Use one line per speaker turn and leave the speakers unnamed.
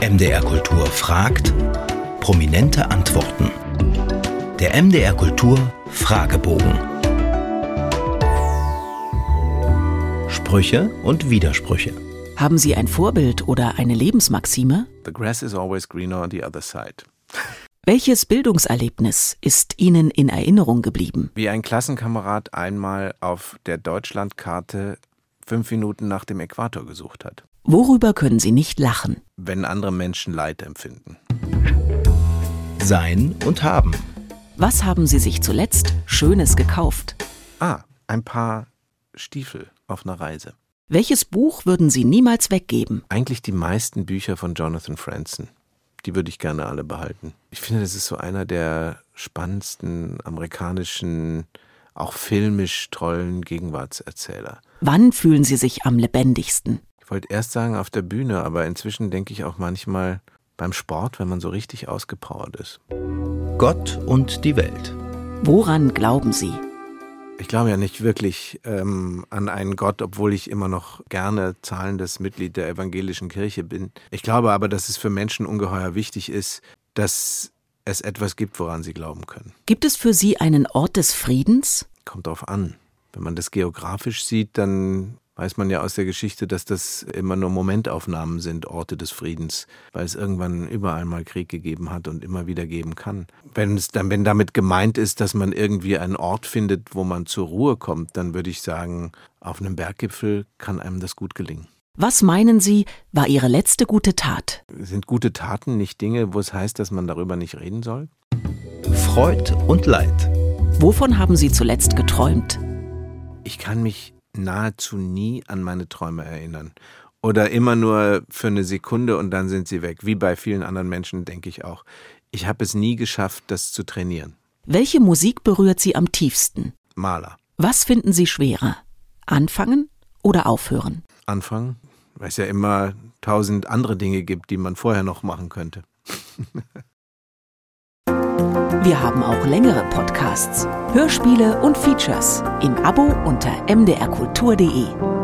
MDR Kultur fragt, prominente Antworten. Der MDR Kultur Fragebogen. Sprüche und Widersprüche.
Haben Sie ein Vorbild oder eine Lebensmaxime?
The grass is always greener on the other side.
Welches Bildungserlebnis ist Ihnen in Erinnerung geblieben?
Wie ein Klassenkamerad einmal auf der Deutschlandkarte fünf Minuten nach dem Äquator gesucht hat,
Worüber können Sie nicht lachen?
wenn andere Menschen Leid empfinden.
Sein und haben.
Was haben Sie sich zuletzt Schönes gekauft?
Ah, ein paar Stiefel auf einer Reise.
Welches Buch würden Sie niemals weggeben?
Eigentlich die meisten Bücher von Jonathan Franzen. Die würde ich gerne alle behalten. Ich finde, das ist so einer der spannendsten amerikanischen, auch filmisch tollen Gegenwartserzähler.
Wann fühlen Sie sich am lebendigsten?
Ich wollte erst sagen auf der Bühne, aber inzwischen denke ich auch manchmal beim Sport, wenn man so richtig ausgepowert ist.
Gott und die Welt.
Woran glauben Sie?
Ich glaube ja nicht wirklich ähm, an einen Gott, obwohl ich immer noch gerne zahlendes Mitglied der evangelischen Kirche bin. Ich glaube aber, dass es für Menschen ungeheuer wichtig ist, dass es etwas gibt, woran sie glauben können.
Gibt es für Sie einen Ort des Friedens?
Kommt drauf an. Wenn man das geografisch sieht, dann weiß man ja aus der Geschichte, dass das immer nur Momentaufnahmen sind, Orte des Friedens, weil es irgendwann überall mal Krieg gegeben hat und immer wieder geben kann. Wenn es dann, wenn damit gemeint ist, dass man irgendwie einen Ort findet, wo man zur Ruhe kommt, dann würde ich sagen, auf einem Berggipfel kann einem das gut gelingen.
Was meinen Sie, war Ihre letzte gute Tat?
Sind gute Taten nicht Dinge, wo es heißt, dass man darüber nicht reden soll?
Freud und Leid.
Wovon haben Sie zuletzt geträumt?
Ich kann mich nahezu nie an meine Träume erinnern. Oder immer nur für eine Sekunde und dann sind sie weg. Wie bei vielen anderen Menschen, denke ich auch. Ich habe es nie geschafft, das zu trainieren.
Welche Musik berührt Sie am tiefsten?
Maler.
Was finden Sie schwerer? Anfangen oder aufhören?
Anfangen, weil es ja immer tausend andere Dinge gibt, die man vorher noch machen könnte.
Wir haben auch längere Podcasts, Hörspiele und Features im Abo unter mdrkultur.de.